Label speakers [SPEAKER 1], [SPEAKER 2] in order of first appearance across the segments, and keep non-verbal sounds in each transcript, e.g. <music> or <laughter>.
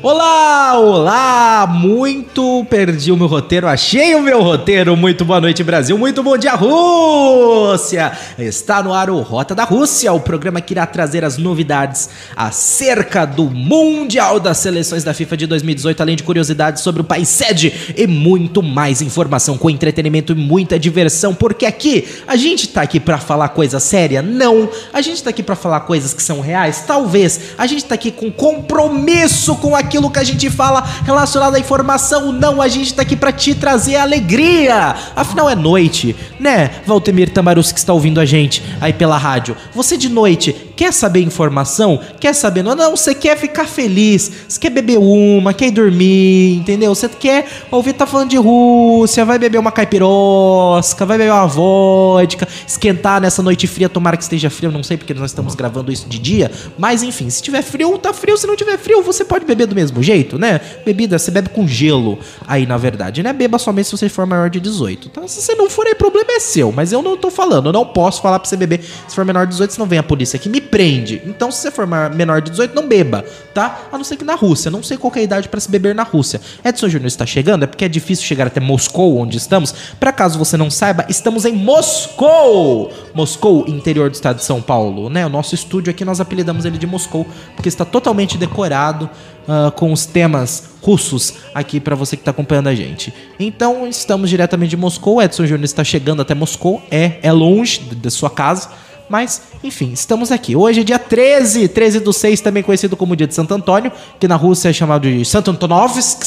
[SPEAKER 1] Olá, olá! Muito perdi o meu roteiro, achei o meu roteiro. Muito boa noite, Brasil. Muito bom dia, Rússia! Está no ar o Rota da Rússia, o programa que irá trazer as novidades acerca do Mundial das Seleções da FIFA de 2018, além de curiosidades sobre o país sede e muito mais informação com entretenimento e muita diversão, porque aqui a gente tá aqui para falar coisa séria? Não. A gente tá aqui para falar coisas que são reais? Talvez. A gente tá aqui com compromisso com aquilo que a gente fala relacionado à informação? Não. A gente tá aqui para te trazer alegria. Afinal é noite, né? Valtemir Tamarus que está ouvindo a gente aí pela rádio. Você de noite quer saber informação? Quer saber? Não, não, você quer ficar feliz. Você quer beber uma, quer ir dormir, entendeu? Você quer ouvir tá falando de Rússia, vai beber uma caipirosca, vai beber uma vodka, esquentar nessa noite fria, tomara que esteja frio, não sei porque nós estamos gravando isso de dia, mas enfim, se tiver frio, tá frio, se não tiver frio, você pode beber do mesmo jeito, né? Bebida, você bebe com gelo aí, na verdade, né? Beba somente se você for maior de 18, tá? Se você não for aí, problema é seu, mas eu não tô falando, eu não posso falar pra você beber se for menor de 18, senão vem a polícia aqui e me prende. Então, se você for ma- menor de 18, não beba, tá? A não ser que na Rússia, não sei qual que é a idade pra se beber na Rússia. Edson Júnior está chegando, é porque é difícil chegar até Moscou, onde estamos. Pra caso você não saiba, estamos em Moscou! Moscou, interior do estado de São Paulo, né? O nosso estúdio aqui, nós apelidamos ele de Moscou, porque está totalmente decorado ah, com os temas russos aqui pra você que tá acompanhando a gente. Então, estamos diretamente de Moscou, Edson Júnior está chegando até Moscou, é, é longe d- da sua casa, mas, enfim, estamos aqui. Hoje é dia 13, 13 do 6, também conhecido como dia de Santo Antônio, que na Rússia é chamado de Santo Antonovsk.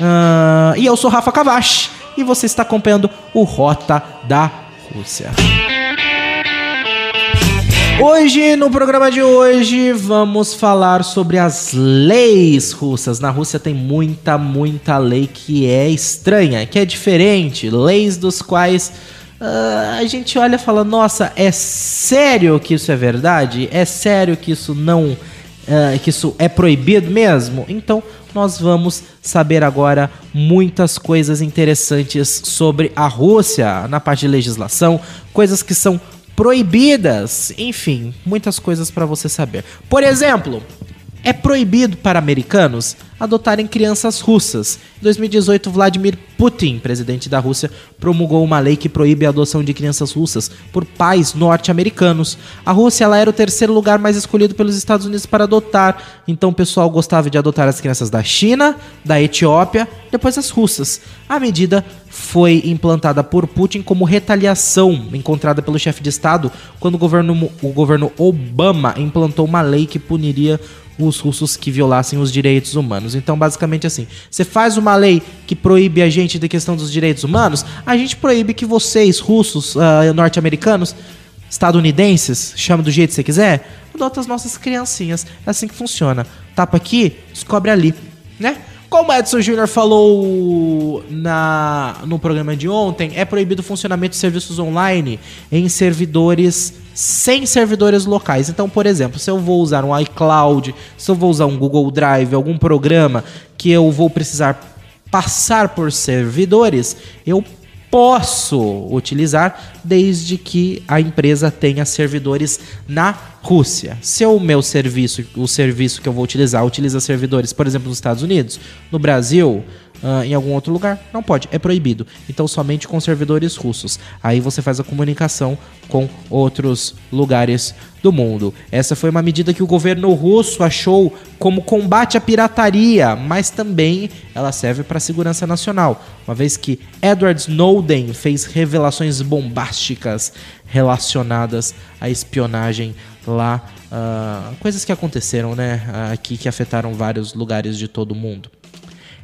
[SPEAKER 1] Ah, e eu sou Rafa Kavash e você está acompanhando o Rota da Rússia. Hoje, no programa de hoje, vamos falar sobre as leis russas. Na Rússia tem muita, muita lei que é estranha, que é diferente. Leis dos quais ah, a gente olha e fala: nossa, é sério que isso é verdade? É sério que isso não. ah, que isso é proibido mesmo? Então, nós vamos saber agora muitas coisas interessantes sobre a Rússia na parte de legislação, coisas que são proibidas, enfim, muitas coisas para você saber. Por exemplo, é proibido para americanos adotarem crianças russas. Em 2018, Vladimir Putin, presidente da Rússia, promulgou uma lei que proíbe a adoção de crianças russas por pais norte-americanos. A Rússia ela era o terceiro lugar mais escolhido pelos Estados Unidos para adotar. Então o pessoal gostava de adotar as crianças da China, da Etiópia, depois as russas. A medida foi implantada por Putin como retaliação encontrada pelo chefe de Estado quando o governo, o governo Obama implantou uma lei que puniria os russos que violassem os direitos humanos. Então, basicamente assim, você faz uma lei que proíbe a gente da questão dos direitos humanos, a gente proíbe que vocês, russos, ah, norte-americanos, estadunidenses, chama do jeito que você quiser, adota as nossas criancinhas. É assim que funciona. Tapa aqui, descobre ali, né? Como o Edson Júnior falou na, no programa de ontem, é proibido o funcionamento de serviços online em servidores sem servidores locais. Então, por exemplo, se eu vou usar um iCloud, se eu vou usar um Google Drive, algum programa que eu vou precisar passar por servidores, eu posso utilizar desde que a empresa tenha servidores na Rússia. Se o meu serviço, o serviço que eu vou utilizar, utiliza servidores, por exemplo, nos Estados Unidos, no Brasil, ah, em algum outro lugar, não pode, é proibido. Então, somente com servidores russos. Aí você faz a comunicação com outros lugares do mundo. Essa foi uma medida que o governo russo achou como combate à pirataria, mas também ela serve para a segurança nacional, uma vez que Edward Snowden fez revelações bombásticas relacionadas à espionagem lá, ah, coisas que aconteceram, né, aqui que afetaram vários lugares de todo o mundo.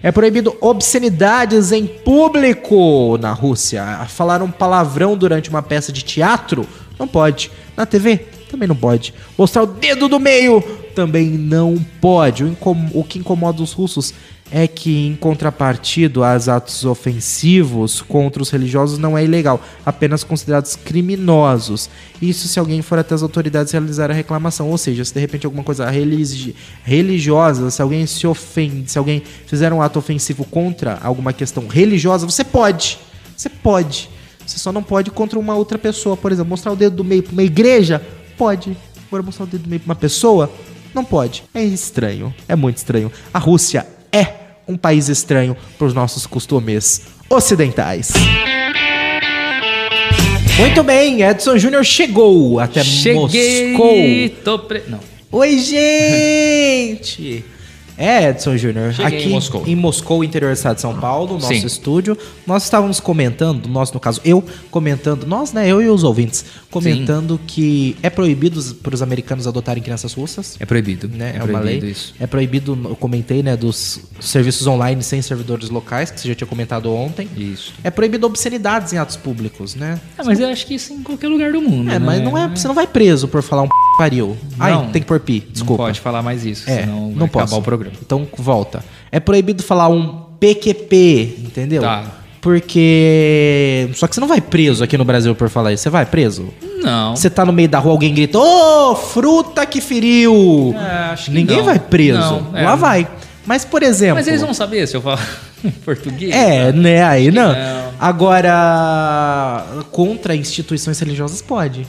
[SPEAKER 1] É proibido obscenidades em público na Rússia. Falar um palavrão durante uma peça de teatro não pode. Na TV também não pode. Mostrar o dedo do meio também não pode. O, incom- o que incomoda os russos é que, em contrapartido, as atos ofensivos contra os religiosos não é ilegal, apenas considerados criminosos. Isso se alguém for até as autoridades realizar a reclamação, ou seja, se de repente alguma coisa religi- religiosa, se alguém se ofende, se alguém fizer um ato ofensivo contra alguma questão religiosa, você pode, você pode. Você só não pode contra uma outra pessoa, por exemplo, mostrar o dedo do meio pra uma igreja, pode. Agora mostrar o dedo do meio pra uma pessoa, não pode. É estranho, é muito estranho. A Rússia é um país estranho pros nossos costumes ocidentais. Muito bem, Edson Júnior chegou até Moscou.
[SPEAKER 2] Tô pre... Não.
[SPEAKER 1] Oi, gente! É, Edson Júnior,
[SPEAKER 2] Cheguei
[SPEAKER 1] aqui
[SPEAKER 2] em Moscou.
[SPEAKER 1] em Moscou, interior do estado de São Paulo, nosso
[SPEAKER 2] Sim.
[SPEAKER 1] estúdio. Nós estávamos comentando, nós no caso, eu comentando, nós, né, eu e os ouvintes, comentando que é proibido para os americanos adotarem crianças russas.
[SPEAKER 2] É proibido.
[SPEAKER 1] Né? É,
[SPEAKER 2] proibido
[SPEAKER 1] uma lei.
[SPEAKER 2] isso.
[SPEAKER 1] É proibido, eu comentei, né, dos serviços online sem servidores locais, que você já tinha comentado ontem.
[SPEAKER 2] Isso.
[SPEAKER 1] É proibido obscenidades em atos públicos, né?
[SPEAKER 2] É, mas eu acho que isso em qualquer lugar do mundo. né?
[SPEAKER 1] É, mas não é, você não vai preso por falar um p... pariu. Ai,
[SPEAKER 2] Não.
[SPEAKER 1] tem que pôr pi, desculpa.
[SPEAKER 2] Não pode falar mais isso,
[SPEAKER 1] É,
[SPEAKER 2] senão vai
[SPEAKER 1] não
[SPEAKER 2] acabar
[SPEAKER 1] posso.
[SPEAKER 2] o programa.
[SPEAKER 1] Então volta. É proibido falar um PQP, entendeu?
[SPEAKER 2] Tá.
[SPEAKER 1] Porque. Só que você não vai preso aqui no Brasil por falar isso. Você vai preso?
[SPEAKER 2] Não.
[SPEAKER 1] Você tá no meio da rua, alguém grita: Ô, fruta que feriu!
[SPEAKER 2] É, acho que
[SPEAKER 1] Ninguém
[SPEAKER 2] não.
[SPEAKER 1] vai preso.
[SPEAKER 2] Não, é.
[SPEAKER 1] Lá vai. Mas, por exemplo.
[SPEAKER 2] Mas eles vão saber se eu falo <laughs> em português.
[SPEAKER 1] um É, né? Aí não.
[SPEAKER 2] não.
[SPEAKER 1] Agora, contra instituições religiosas pode.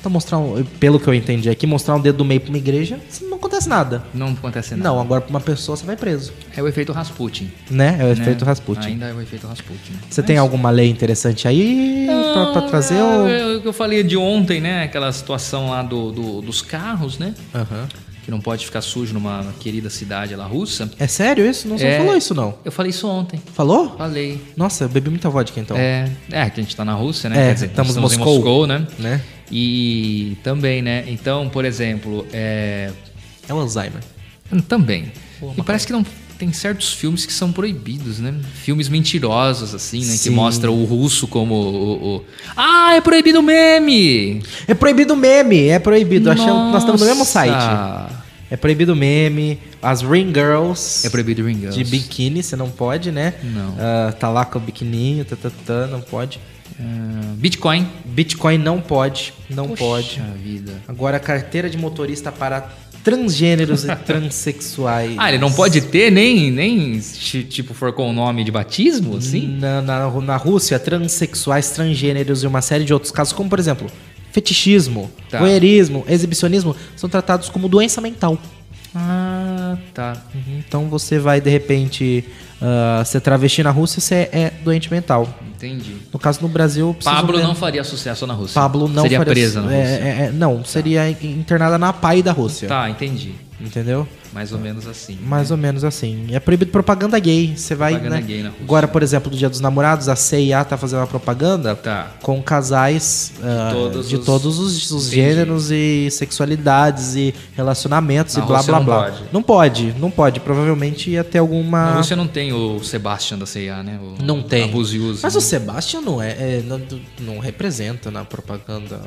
[SPEAKER 1] Então mostrar um, pelo que eu entendi aqui, mostrar um dedo do meio pra uma igreja, isso não acontece nada.
[SPEAKER 2] Não acontece nada.
[SPEAKER 1] Não, agora pra uma pessoa você vai preso.
[SPEAKER 2] É o efeito Rasputin.
[SPEAKER 1] Né? É o
[SPEAKER 2] né?
[SPEAKER 1] efeito Rasputin.
[SPEAKER 2] Ainda é o efeito Rasputin.
[SPEAKER 1] Você tem alguma lei interessante aí pra, pra trazer?
[SPEAKER 2] Ah,
[SPEAKER 1] ou-
[SPEAKER 2] é O que eu falei de ontem, né? Aquela situação lá do, do- dos carros, né?
[SPEAKER 1] Aham.
[SPEAKER 2] Que não pode ficar sujo numa querida cidade lá russa.
[SPEAKER 1] É sério isso? Não, você
[SPEAKER 2] É.
[SPEAKER 1] não falou isso, não.
[SPEAKER 2] Eu falei isso ontem.
[SPEAKER 1] Falou?
[SPEAKER 2] Falei.
[SPEAKER 1] Nossa, eu bebi muita vodka então.
[SPEAKER 2] É, é, que a gente tá na Rússia, né?
[SPEAKER 1] É,
[SPEAKER 2] Quer dizer,
[SPEAKER 1] estamos
[SPEAKER 2] estamos,
[SPEAKER 1] em
[SPEAKER 2] em
[SPEAKER 1] Moscou.
[SPEAKER 2] Moscou, né?
[SPEAKER 1] Né?
[SPEAKER 2] E também, né? Então, por exemplo, é,
[SPEAKER 1] É o Alzheimer.
[SPEAKER 2] Também. e parece que não tem certos filmes que são proibidos, né? Filmes mentirosos, assim, né?
[SPEAKER 1] Sim.
[SPEAKER 2] Que mostra o russo como o, o- Ah, é proibido o meme!
[SPEAKER 1] É proibido o meme, é proibido. Achamos- nós estamos no mesmo
[SPEAKER 2] Nossa!
[SPEAKER 1] site. É proibido o meme, as Ring Girls.
[SPEAKER 2] É proibido Ring Girls.
[SPEAKER 1] De biquíni, você não pode, né?
[SPEAKER 2] Não.
[SPEAKER 1] Ah, tá lá com o biquininho, tá, tá, tá, não pode.
[SPEAKER 2] Ah, Bitcoin.
[SPEAKER 1] Bitcoin não pode, não
[SPEAKER 2] Poxa
[SPEAKER 1] pode.
[SPEAKER 2] vida.
[SPEAKER 1] Agora, carteira de motorista para transgêneros
[SPEAKER 2] <laughs>
[SPEAKER 1] e transexuais.
[SPEAKER 2] Ah, ele não pode ter nem, nem se, tipo, for com o nome de batismo, assim?
[SPEAKER 1] Na, na, na Rússia, transexuais, transgêneros e uma série de outros casos, como por exemplo, fetichismo,
[SPEAKER 2] Tá.
[SPEAKER 1] voyeurismo, exibicionismo, são tratados como doença mental.
[SPEAKER 2] Ah, tá.
[SPEAKER 1] Uhum, Então você vai, de repente, ah, ser travesti na Rússia, você é doente mental.
[SPEAKER 2] Entendi.
[SPEAKER 1] No caso, no Brasil... preciso
[SPEAKER 2] Pablo
[SPEAKER 1] ver-
[SPEAKER 2] não faria sucesso na Rússia.
[SPEAKER 1] Pablo não
[SPEAKER 2] Seria
[SPEAKER 1] faria-
[SPEAKER 2] presa na
[SPEAKER 1] é,
[SPEAKER 2] Rússia.
[SPEAKER 1] é, é, não, seria internada na PAI da Rússia.
[SPEAKER 2] Tá, entendi.
[SPEAKER 1] Entendeu?
[SPEAKER 2] Mais ou menos assim.
[SPEAKER 1] Mais ou menos assim. É proibido propaganda gay. Você vai.
[SPEAKER 2] Propaganda
[SPEAKER 1] né?
[SPEAKER 2] gay na Rússia.
[SPEAKER 1] Agora, por exemplo, do Dia dos Namorados, a CIA tá fazendo uma propaganda
[SPEAKER 2] Tá.
[SPEAKER 1] com casais ah, de todos,
[SPEAKER 2] todos
[SPEAKER 1] os...
[SPEAKER 2] os-
[SPEAKER 1] os
[SPEAKER 2] Entendi.
[SPEAKER 1] gêneros e sexualidades e relacionamentos
[SPEAKER 2] Na
[SPEAKER 1] e blá
[SPEAKER 2] Rússia
[SPEAKER 1] blá
[SPEAKER 2] não
[SPEAKER 1] blá.
[SPEAKER 2] pode.
[SPEAKER 1] Não pode, não pode. Provavelmente ia ter
[SPEAKER 2] Na
[SPEAKER 1] alguma.
[SPEAKER 2] Rússia não tem o Sebastian da CIA, né? O
[SPEAKER 1] Ah. Não tem.
[SPEAKER 2] Abusius,
[SPEAKER 1] Mas o Sebastian não é, é, não, não representa na propaganda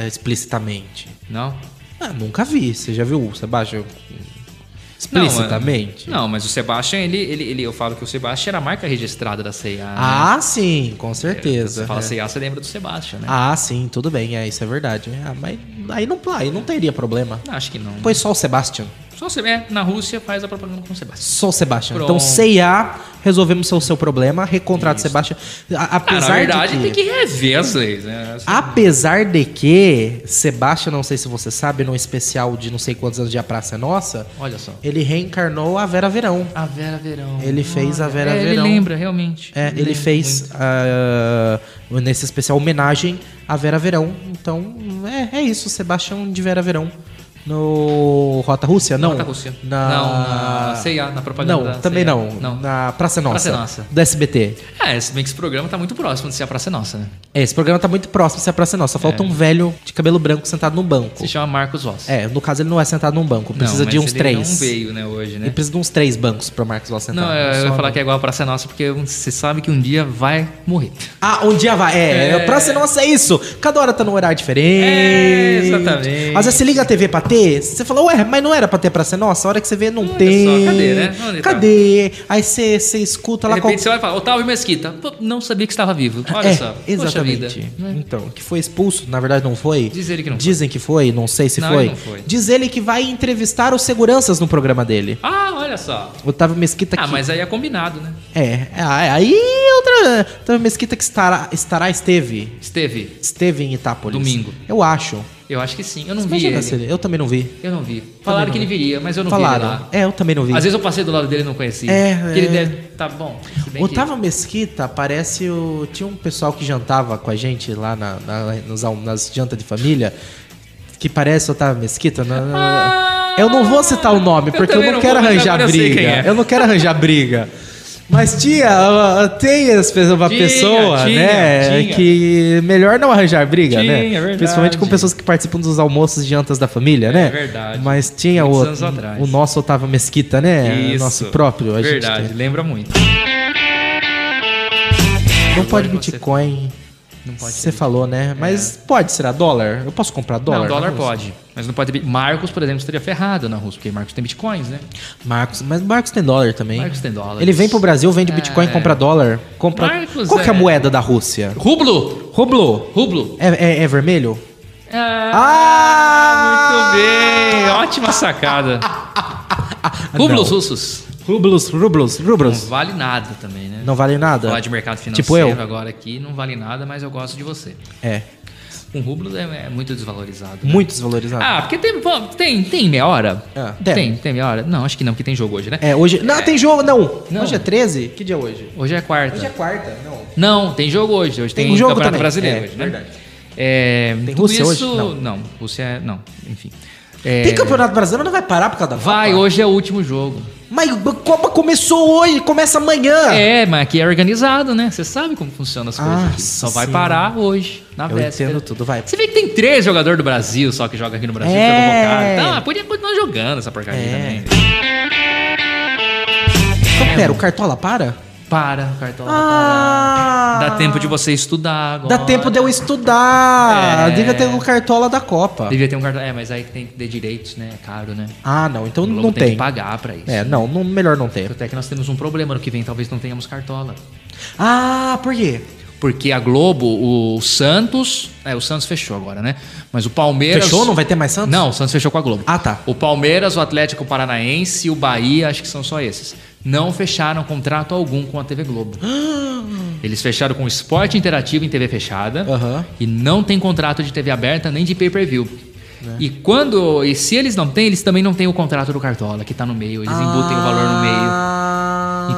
[SPEAKER 1] é, explicitamente.
[SPEAKER 2] Não?
[SPEAKER 1] Ah, nunca vi. Você já viu o Sebastian explicitamente?
[SPEAKER 2] Não, mas o Sebastian, ele, ele, ele- eu falo que o Sebastian era a marca registrada da CIA. né?
[SPEAKER 1] Ah, sim, com
[SPEAKER 2] Você
[SPEAKER 1] certeza.
[SPEAKER 2] fala
[SPEAKER 1] É.
[SPEAKER 2] CIA, você lembra do Sebastian, né?
[SPEAKER 1] Ah, sim, tudo bem, é, isso é verdade. Ah, mas aí não, aí não teria problema.
[SPEAKER 2] Não, Acho que não.
[SPEAKER 1] Ah. Pois só o Sebastian.
[SPEAKER 2] Só você é, na Rússia faz a propaganda com o Sebastian.
[SPEAKER 1] Só o Sebastian. Então,
[SPEAKER 2] Pronto.
[SPEAKER 1] CIA, resolvemos o seu problema, recontrata o Sebastian. A-
[SPEAKER 2] Ah,
[SPEAKER 1] apesar
[SPEAKER 2] na verdade,
[SPEAKER 1] de que, Ah.
[SPEAKER 2] tem que rever as leis, né? Assim,
[SPEAKER 1] Apesar de que, Sebastian, não sei se você sabe, num especial de não sei quantos anos de A Praça é Nossa,
[SPEAKER 2] Olha só.
[SPEAKER 1] ele reencarnou a Vera Verão.
[SPEAKER 2] A Vera Verão.
[SPEAKER 1] Ele fez a Vera
[SPEAKER 2] é,
[SPEAKER 1] Verão.
[SPEAKER 2] Ele lembra, realmente.
[SPEAKER 1] É, ele
[SPEAKER 2] lembra
[SPEAKER 1] fez
[SPEAKER 2] muito.
[SPEAKER 1] ah, nesse especial homenagem a Vera Verão. Então, é, é isso, Sebastião de Vera Verão. No Rota Rússia? Não.
[SPEAKER 2] Rota Rússia.
[SPEAKER 1] Na...
[SPEAKER 2] Não, na CIA, na propaganda
[SPEAKER 1] Não,
[SPEAKER 2] da
[SPEAKER 1] também
[SPEAKER 2] CIA.
[SPEAKER 1] não.
[SPEAKER 2] Não.
[SPEAKER 1] Na Praça é Nossa.
[SPEAKER 2] Praça é Nossa.
[SPEAKER 1] Do SBT.
[SPEAKER 2] É, se bem que esse programa tá muito próximo de ser a Praça é Nossa, né?
[SPEAKER 1] É, esse programa tá muito próximo se a Praça é Nossa. Só falta um velho de cabelo branco sentado num banco.
[SPEAKER 2] Se chama Marcos Voss.
[SPEAKER 1] É, no caso ele não é sentado num banco. Precisa
[SPEAKER 2] mas
[SPEAKER 1] de uns
[SPEAKER 2] ele
[SPEAKER 1] três.
[SPEAKER 2] Não veio, né, hoje,
[SPEAKER 1] Ele
[SPEAKER 2] né?
[SPEAKER 1] precisa de uns três bancos pra Marcos Vaz sentar.
[SPEAKER 2] Não, eu, eu
[SPEAKER 1] Só um
[SPEAKER 2] ia falar
[SPEAKER 1] não.
[SPEAKER 2] que é igual a Praça é Nossa, porque você sabe que um dia vai morrer.
[SPEAKER 1] Ah, um dia vai. É,
[SPEAKER 2] É.
[SPEAKER 1] Praça Nossa é isso. Cada hora tá num horário diferente.
[SPEAKER 2] É, exatamente.
[SPEAKER 1] Às vezes você liga a TV pra ter morrer. Você fala, ué, mas não era pra ter pra ser nossa? A hora que você vê, não
[SPEAKER 2] só,
[SPEAKER 1] tem.
[SPEAKER 2] cadê, né? Onde tá?
[SPEAKER 1] Cadê? Aí você, você escuta Tá
[SPEAKER 2] De
[SPEAKER 1] lá
[SPEAKER 2] repente você vai falar, Otávio Mesquita, pô, não sabia que estava vivo. Olha
[SPEAKER 1] é,
[SPEAKER 2] só.
[SPEAKER 1] Exatamente.
[SPEAKER 2] Poxa vida. né?
[SPEAKER 1] Então, que foi expulso, na verdade não foi.
[SPEAKER 2] Diz ele que não foi.
[SPEAKER 1] Dizem que foi, não sei se
[SPEAKER 2] Não,
[SPEAKER 1] foi.
[SPEAKER 2] ele não foi.
[SPEAKER 1] Diz ele que vai entrevistar os seguranças no programa dele.
[SPEAKER 2] Ah, olha só.
[SPEAKER 1] Otávio Mesquita
[SPEAKER 2] Ah,
[SPEAKER 1] que-
[SPEAKER 2] mas aí é combinado, né?
[SPEAKER 1] É, é, aí é outra. Otávio Mesquita que estará, estará esteve.
[SPEAKER 2] Esteve,
[SPEAKER 1] Esteve em Itápolis.
[SPEAKER 2] Domingo.
[SPEAKER 1] Eu acho.
[SPEAKER 2] eu acho que sim. Eu não vi
[SPEAKER 1] Imagina
[SPEAKER 2] ele.
[SPEAKER 1] se ele. Eu também não vi.
[SPEAKER 2] Eu não vi. Falaram
[SPEAKER 1] não
[SPEAKER 2] que ele viria, mas eu não vi ele
[SPEAKER 1] Falaram.
[SPEAKER 2] lá.
[SPEAKER 1] É, eu também não vi.
[SPEAKER 2] Às vezes eu passei do lado dele e não conhecia.
[SPEAKER 1] É,
[SPEAKER 2] que ele
[SPEAKER 1] é.
[SPEAKER 2] deve. Tá bom. se bem que-
[SPEAKER 1] Otávio Mesquita parece o. Tinha um pessoal que jantava com a gente lá na, na- nos al- nas jantas de família. Que parece Otávio Mesquita. não- não- eu não vou citar o nome,
[SPEAKER 2] Ah, Eu
[SPEAKER 1] porque eu,
[SPEAKER 2] também
[SPEAKER 1] não,
[SPEAKER 2] não
[SPEAKER 1] quero
[SPEAKER 2] vou, mas
[SPEAKER 1] arranjar
[SPEAKER 2] agora eu sei
[SPEAKER 1] briga.
[SPEAKER 2] quem
[SPEAKER 1] Eu,
[SPEAKER 2] é.
[SPEAKER 1] não quero arranjar briga. Mas tinha, ah, ah, tem as pessoas- uma
[SPEAKER 2] Tinha,
[SPEAKER 1] pessoa,
[SPEAKER 2] tinha,
[SPEAKER 1] né?
[SPEAKER 2] tinha.
[SPEAKER 1] Que melhor não arranjar briga,
[SPEAKER 2] Tinha,
[SPEAKER 1] né?
[SPEAKER 2] é verdade. É
[SPEAKER 1] Principalmente com pessoas que participam dos almoços e jantas da família, né?
[SPEAKER 2] verdade.
[SPEAKER 1] Mas tinha o,
[SPEAKER 2] Muitos anos atrás.
[SPEAKER 1] o nosso Otávio Mesquita, né?
[SPEAKER 2] Isso.
[SPEAKER 1] Nosso próprio. A gente
[SPEAKER 2] Verdade,
[SPEAKER 1] tem.
[SPEAKER 2] lembra muito.
[SPEAKER 1] Não pode
[SPEAKER 2] Pode você.
[SPEAKER 1] Bitcoin.
[SPEAKER 2] Não pode É.
[SPEAKER 1] Você falou, né? Mas pode, será dólar? Eu posso comprar dólar?
[SPEAKER 2] Não, dólar
[SPEAKER 1] na Rússia?
[SPEAKER 2] pode. Mas não pode ter. Marcos, por exemplo, estaria ferrado na Rússia, porque Marcos tem bitcoins, né?
[SPEAKER 1] Marcos, mas Marcos tem dólar também.
[SPEAKER 2] Marcos tem dólar.
[SPEAKER 1] Ele vem pro Brasil, vende Bitcoin,
[SPEAKER 2] É.
[SPEAKER 1] compra dólar. Compra.
[SPEAKER 2] Marcos
[SPEAKER 1] Qual que é a
[SPEAKER 2] é-
[SPEAKER 1] moeda da Rússia?
[SPEAKER 2] Rublo!
[SPEAKER 1] Rublo.
[SPEAKER 2] Rublo!
[SPEAKER 1] É, é- é vermelho?
[SPEAKER 2] Ah, Muito bem! Ótima
[SPEAKER 1] <laughs>
[SPEAKER 2] sacada. Rublos russos.
[SPEAKER 1] Rublos, rublos,
[SPEAKER 2] Não
[SPEAKER 1] rublos.
[SPEAKER 2] vale nada também, né?
[SPEAKER 1] Não vale nada.
[SPEAKER 2] Falar de mercado financeiro
[SPEAKER 1] Tipo eu.
[SPEAKER 2] agora aqui não vale nada, mas eu gosto de você.
[SPEAKER 1] É.
[SPEAKER 2] Um rublo é, é muito desvalorizado. né?
[SPEAKER 1] Muito desvalorizado.
[SPEAKER 2] Ah, porque tem, pô, tem, tem meia hora?
[SPEAKER 1] Ah,
[SPEAKER 2] tem.
[SPEAKER 1] tem.
[SPEAKER 2] tem, meia hora? Não, acho que não, porque tem jogo hoje, né?
[SPEAKER 1] É, hoje. Não, tem jogo. Não.
[SPEAKER 2] Não.
[SPEAKER 1] Hoje é 13? Que dia é hoje?
[SPEAKER 2] Hoje é quarta.
[SPEAKER 1] Hoje é quarta. Não.
[SPEAKER 2] Não, tem jogo hoje. Hoje tem,
[SPEAKER 1] Tem um jogo
[SPEAKER 2] Campeonato
[SPEAKER 1] também.
[SPEAKER 2] Brasileiro.
[SPEAKER 1] É,
[SPEAKER 2] hoje, né?
[SPEAKER 1] verdade.
[SPEAKER 2] É,
[SPEAKER 1] Tem
[SPEAKER 2] tudo
[SPEAKER 1] Rússia
[SPEAKER 2] isso,
[SPEAKER 1] hoje? Não.
[SPEAKER 2] Não, Rússia é. Não, enfim. É,
[SPEAKER 1] Tem campeonato brasileiro, não vai parar por causa da
[SPEAKER 2] Vai,
[SPEAKER 1] Copa?
[SPEAKER 2] hoje é o último jogo.
[SPEAKER 1] Mas a Copa começou hoje, começa amanhã.
[SPEAKER 2] É, mas aqui é organizado, né? Você sabe como funcionam as coisas
[SPEAKER 1] Ah,
[SPEAKER 2] aqui. Só vai
[SPEAKER 1] senhora.
[SPEAKER 2] parar hoje, na
[SPEAKER 1] Eu
[SPEAKER 2] véspera.
[SPEAKER 1] entendo tudo, vai.
[SPEAKER 2] Você vê que tem três jogadores do Brasil só que joga aqui no Brasil,
[SPEAKER 1] É.
[SPEAKER 2] foi convocado. Então, ah, podia continuar jogando essa porcaria
[SPEAKER 1] É.
[SPEAKER 2] também.
[SPEAKER 1] Então, pera, o Cartola para?
[SPEAKER 2] Para, o cartão
[SPEAKER 1] Ah!
[SPEAKER 2] Dá tempo de você estudar agora.
[SPEAKER 1] Dá tempo de eu estudar.
[SPEAKER 2] É.
[SPEAKER 1] Devia ter o Cartola da Copa.
[SPEAKER 2] Devia ter um cartão. É, mas aí tem que ter direitos, né? É caro, né?
[SPEAKER 1] Ah, não, então
[SPEAKER 2] O Globo
[SPEAKER 1] não
[SPEAKER 2] tem.
[SPEAKER 1] tem.
[SPEAKER 2] que pagar pra isso.
[SPEAKER 1] É, não, não- melhor não ter.
[SPEAKER 2] Até que nós temos um problema no que vem, talvez não tenhamos cartola.
[SPEAKER 1] Ah, por quê?
[SPEAKER 2] Porque a Globo, o Santos. É, o Santos fechou agora, né? Mas o Palmeiras.
[SPEAKER 1] Fechou? Não vai ter mais Santos?
[SPEAKER 2] Não, o Santos fechou com a Globo.
[SPEAKER 1] Ah, tá.
[SPEAKER 2] O Palmeiras, o Atlético Paranaense e o Bahia, acho que são só esses. Não fecharam contrato algum com a TV Globo.
[SPEAKER 1] Ah.
[SPEAKER 2] Eles fecharam com o esporte interativo em TV fechada
[SPEAKER 1] Aham.
[SPEAKER 2] e não tem contrato de TV aberta nem de pay-per-view.
[SPEAKER 1] Né?
[SPEAKER 2] E quando. E se eles não têm, eles também não têm o contrato do Cartola, que tá no meio. Eles embutem o valor no meio.
[SPEAKER 1] Ah.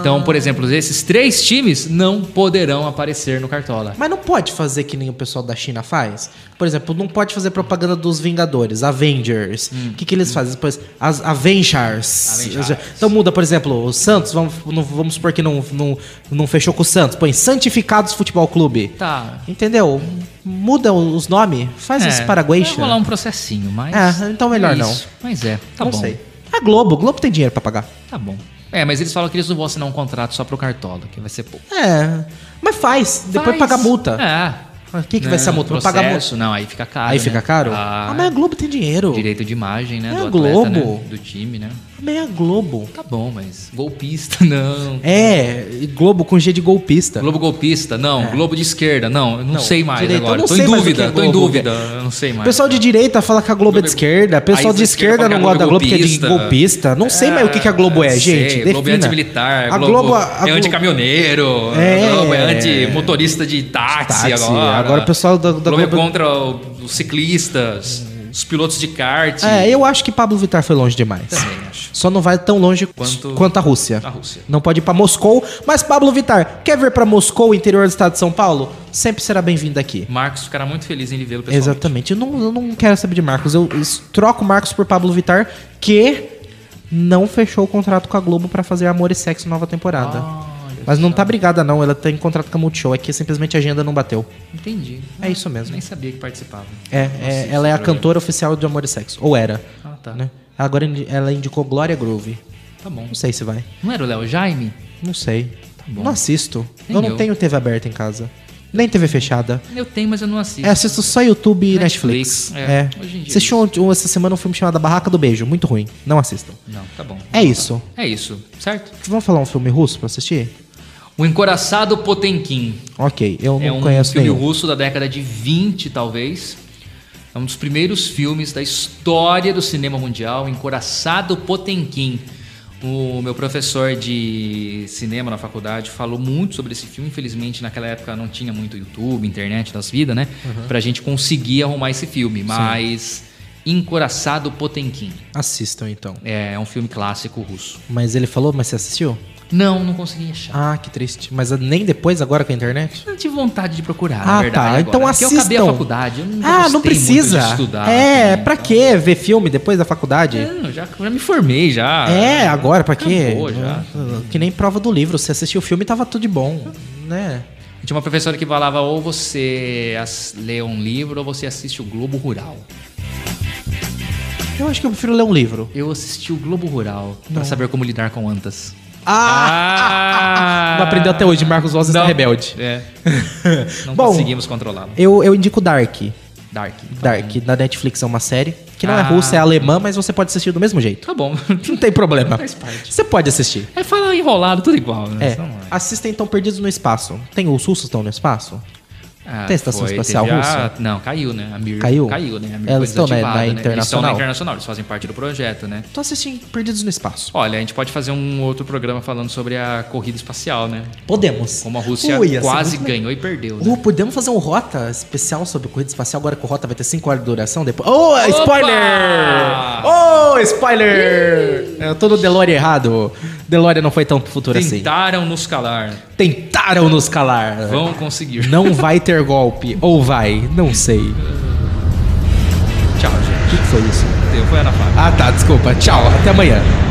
[SPEAKER 2] Então, por exemplo, esses três times não poderão aparecer no Cartola.
[SPEAKER 1] Mas não pode fazer que nem o pessoal da China faz? Por exemplo, não pode fazer propaganda dos Vingadores, Avengers. O que, que eles fazem depois? As Avengers.
[SPEAKER 2] Hum. Avengers.
[SPEAKER 1] Então muda, por exemplo, o Santos, vamos, não- vamos supor que não, não, não fechou com o Santos. Põe Santificados Futebol Clube.
[SPEAKER 2] Tá. É,
[SPEAKER 1] Entendeu? Muda os nomes, faz esse Paraguai.
[SPEAKER 2] Vai rolar um processinho, mas.
[SPEAKER 1] Ah, então melhor
[SPEAKER 2] é
[SPEAKER 1] não.
[SPEAKER 2] isso. Mas é, tá
[SPEAKER 1] não
[SPEAKER 2] bom.
[SPEAKER 1] sei. A Globo, Globo tem dinheiro pra pagar.
[SPEAKER 2] Tá bom. É, mas eles falam que eles não vão assinar um contrato só pro Cartola, que vai ser pouco.
[SPEAKER 1] É. Mas faz, depois
[SPEAKER 2] Faz.
[SPEAKER 1] paga a multa.
[SPEAKER 2] É.
[SPEAKER 1] O que, que vai ser a multa? Vai pagar a multa.
[SPEAKER 2] Processo, Não, aí fica caro.
[SPEAKER 1] Aí
[SPEAKER 2] né?
[SPEAKER 1] fica caro?
[SPEAKER 2] Ah,
[SPEAKER 1] Ah, mas a Globo tem dinheiro.
[SPEAKER 2] Direito de imagem, né?
[SPEAKER 1] É
[SPEAKER 2] do
[SPEAKER 1] a
[SPEAKER 2] atleta, né?
[SPEAKER 1] Globo.
[SPEAKER 2] Do time, né?
[SPEAKER 1] Mas é a Globo.
[SPEAKER 2] Tá bom, mas. Golpista, <laughs> não.
[SPEAKER 1] É, Globo com G de golpista.
[SPEAKER 2] Globo golpista, não. Globo de esquerda, não. Eu não, sei mais
[SPEAKER 1] direito, eu
[SPEAKER 2] agora.
[SPEAKER 1] É. não
[SPEAKER 2] Tô
[SPEAKER 1] sei
[SPEAKER 2] em
[SPEAKER 1] mais o que
[SPEAKER 2] dúvida,
[SPEAKER 1] é
[SPEAKER 2] tô em
[SPEAKER 1] Globo.
[SPEAKER 2] dúvida. Eu não sei
[SPEAKER 1] O
[SPEAKER 2] mais.
[SPEAKER 1] pessoal de direita fala que a Globo é de esquerda, o pessoal
[SPEAKER 2] Aí
[SPEAKER 1] de
[SPEAKER 2] da esquerda
[SPEAKER 1] esquerda
[SPEAKER 2] fala
[SPEAKER 1] não
[SPEAKER 2] que a
[SPEAKER 1] gosta da Globo porque
[SPEAKER 2] Globo
[SPEAKER 1] é de
[SPEAKER 2] golpista.
[SPEAKER 1] golpista. Não sei mais o que, que a Globo é,
[SPEAKER 2] Não
[SPEAKER 1] gente.
[SPEAKER 2] sei, Globo é
[SPEAKER 1] defina.
[SPEAKER 2] antimilitar,
[SPEAKER 1] A Globo, a
[SPEAKER 2] é
[SPEAKER 1] Globo-
[SPEAKER 2] anticaminhoneiro,
[SPEAKER 1] É.
[SPEAKER 2] a Globo é antimotorista de táxi,
[SPEAKER 1] Táxi,
[SPEAKER 2] agora.
[SPEAKER 1] agora o pessoal da- da
[SPEAKER 2] Globo é
[SPEAKER 1] Globo-
[SPEAKER 2] contra o- os ciclistas, os pilotos de kart.
[SPEAKER 1] É, eu acho que Pablo Vittar foi longe demais.
[SPEAKER 2] Também acho.
[SPEAKER 1] Só não vai tão longe
[SPEAKER 2] Quanto-
[SPEAKER 1] quanto, a Rússia.
[SPEAKER 2] A Rússia.
[SPEAKER 1] Não pode ir pra Moscou, mas Pablo Vittar, quer vir pra Moscou, interior do estado de São Paulo? Sempre será bem-vindo aqui.
[SPEAKER 2] Marcos ficará muito feliz em lhe vê-lo pessoalmente.
[SPEAKER 1] Exatamente. Eu não, eu não quero saber de Marcos. Eu es- troco Marcos por Pablo Vittar, que não fechou o contrato com a Globo pra fazer Amor e Sexo nova temporada.
[SPEAKER 2] Ah, Olha
[SPEAKER 1] mas não
[SPEAKER 2] só.
[SPEAKER 1] tá brigada, não. Ela tem contrato com a Multishow. É que simplesmente a agenda não bateu.
[SPEAKER 2] Entendi.
[SPEAKER 1] É isso mesmo.
[SPEAKER 2] Nem sabia que participava.
[SPEAKER 1] É,
[SPEAKER 2] Não
[SPEAKER 1] é,
[SPEAKER 2] assisto
[SPEAKER 1] ela é a
[SPEAKER 2] programa.
[SPEAKER 1] cantora oficial de Amor e Sexo. Ou era.
[SPEAKER 2] Ah, tá.
[SPEAKER 1] né? Agora indi- ela indicou Glória Groove.
[SPEAKER 2] Tá bom.
[SPEAKER 1] Não sei se vai.
[SPEAKER 2] Não era o Léo Jaime?
[SPEAKER 1] Não sei.
[SPEAKER 2] Tá bom.
[SPEAKER 1] Não assisto.
[SPEAKER 2] Nem
[SPEAKER 1] eu não
[SPEAKER 2] eu.
[SPEAKER 1] tenho TV aberta em casa. Nem TV fechada.
[SPEAKER 2] Eu tenho, mas eu não assisto.
[SPEAKER 1] É, assisto só YouTube e Netflix.
[SPEAKER 2] Netflix, é. Hoje em dia
[SPEAKER 1] Assisti ontem- essa semana um filme chamado A Barraca do Beijo. Muito ruim. Não assistam.
[SPEAKER 2] Não, tá bom.
[SPEAKER 1] É isso.
[SPEAKER 2] É isso, certo?
[SPEAKER 1] Vamos falar um filme russo pra assistir?
[SPEAKER 2] O Encoraçado Potemkin.
[SPEAKER 1] Ok, eu
[SPEAKER 2] É
[SPEAKER 1] não
[SPEAKER 2] um
[SPEAKER 1] conheço
[SPEAKER 2] filme
[SPEAKER 1] nenhum.
[SPEAKER 2] russo da década de 20, talvez. É um dos primeiros filmes da história do cinema mundial, Encoraçado Potemkin. O meu professor de cinema na faculdade falou muito sobre esse filme. Infelizmente, naquela época não tinha muito YouTube, internet das vidas, né? Pra gente conseguir arrumar esse filme. Mas Encoraçado Potemkin
[SPEAKER 1] Assistam então.
[SPEAKER 2] é um filme clássico russo.
[SPEAKER 1] Mas ele falou, mas você assistiu?
[SPEAKER 2] Não, não consegui achar.
[SPEAKER 1] Ah, que triste. Mas nem depois, agora com a internet?
[SPEAKER 2] Eu não tive vontade de procurar,
[SPEAKER 1] Ah,
[SPEAKER 2] na verdade.
[SPEAKER 1] tá.
[SPEAKER 2] agora.
[SPEAKER 1] Então
[SPEAKER 2] Porque Eu acabei a
[SPEAKER 1] assistam.
[SPEAKER 2] faculdade. Eu nunca
[SPEAKER 1] Ah,
[SPEAKER 2] gostei
[SPEAKER 1] não
[SPEAKER 2] muito
[SPEAKER 1] precisa.
[SPEAKER 2] de estudar,
[SPEAKER 1] é,
[SPEAKER 2] né?
[SPEAKER 1] pra
[SPEAKER 2] Então,
[SPEAKER 1] quê? Ver filme depois da faculdade?
[SPEAKER 2] eu já, já me formei, já.
[SPEAKER 1] É, agora, pra quê?
[SPEAKER 2] Ah,
[SPEAKER 1] Ah,
[SPEAKER 2] Acabou já.
[SPEAKER 1] Que nem prova do livro. Você assistiu o filme e tava tudo de bom, né?
[SPEAKER 2] Tinha uma professora que falava ou você as- lê um livro ou você assiste o Globo Rural.
[SPEAKER 1] Eu acho que eu prefiro ler um livro.
[SPEAKER 2] Eu assisti o Globo Rural pra saber como lidar com antas. Ah,
[SPEAKER 1] Ah! Não aprendeu Ah! até hoje, Marcos Rosa está
[SPEAKER 2] Não.
[SPEAKER 1] rebelde. <laughs>
[SPEAKER 2] É. Não
[SPEAKER 1] Bom.
[SPEAKER 2] conseguimos controlá-lo.
[SPEAKER 1] Eu, eu indico Dark.
[SPEAKER 2] Dark. Tá
[SPEAKER 1] Dark, da Netflix, é uma série que não é
[SPEAKER 2] Ah.
[SPEAKER 1] russa, é alemã, mas você pode assistir do mesmo jeito.
[SPEAKER 2] Tá bom. <laughs>
[SPEAKER 1] Não tem problema.
[SPEAKER 2] Faz parte.
[SPEAKER 1] Você pode assistir.
[SPEAKER 2] É falar enrolado, tudo igual, né?
[SPEAKER 1] É. Assistem então Perdidos no Espaço. Tem os russos estão no espaço?
[SPEAKER 2] Ah,
[SPEAKER 1] Tem estação
[SPEAKER 2] foi,
[SPEAKER 1] espacial
[SPEAKER 2] teve a-
[SPEAKER 1] russa?
[SPEAKER 2] Não, caiu, né? A Mir
[SPEAKER 1] Caiu?
[SPEAKER 2] Caiu, né? A Mir
[SPEAKER 1] Elas
[SPEAKER 2] foi
[SPEAKER 1] estão na- na
[SPEAKER 2] desativada, né? Eles estão na
[SPEAKER 1] Internacional?
[SPEAKER 2] internacional, eles fazem parte do projeto, né?
[SPEAKER 1] Tô assistindo Perdidos no Espaço.
[SPEAKER 2] Olha, a gente pode fazer um outro programa falando sobre a corrida espacial, né?
[SPEAKER 1] Podemos.
[SPEAKER 2] Como a Rússia
[SPEAKER 1] Ui, ia ser
[SPEAKER 2] quase
[SPEAKER 1] muito
[SPEAKER 2] ganhou e perdeu.
[SPEAKER 1] legal.
[SPEAKER 2] Né?
[SPEAKER 1] Uh, podemos fazer um rota especial sobre corrida espacial agora que o rota vai ter 5 horas de duração depois. Oh, spoiler! Oh, spoiler! Eu tô no DeLorean errado. DeLorean não foi tão pro
[SPEAKER 2] Então,
[SPEAKER 1] futuro assim.
[SPEAKER 2] Tentaram nos calar,
[SPEAKER 1] Tentaram nos calar.
[SPEAKER 2] vão conseguir.
[SPEAKER 1] É. Não vai ter golpe. Ou vai. Não sei. O
[SPEAKER 2] Tchau, gente.
[SPEAKER 1] que foi isso?
[SPEAKER 2] Deu, foi a Ana Fábio.
[SPEAKER 1] Ah, tá. Desculpa. Tchau. Até amanhã.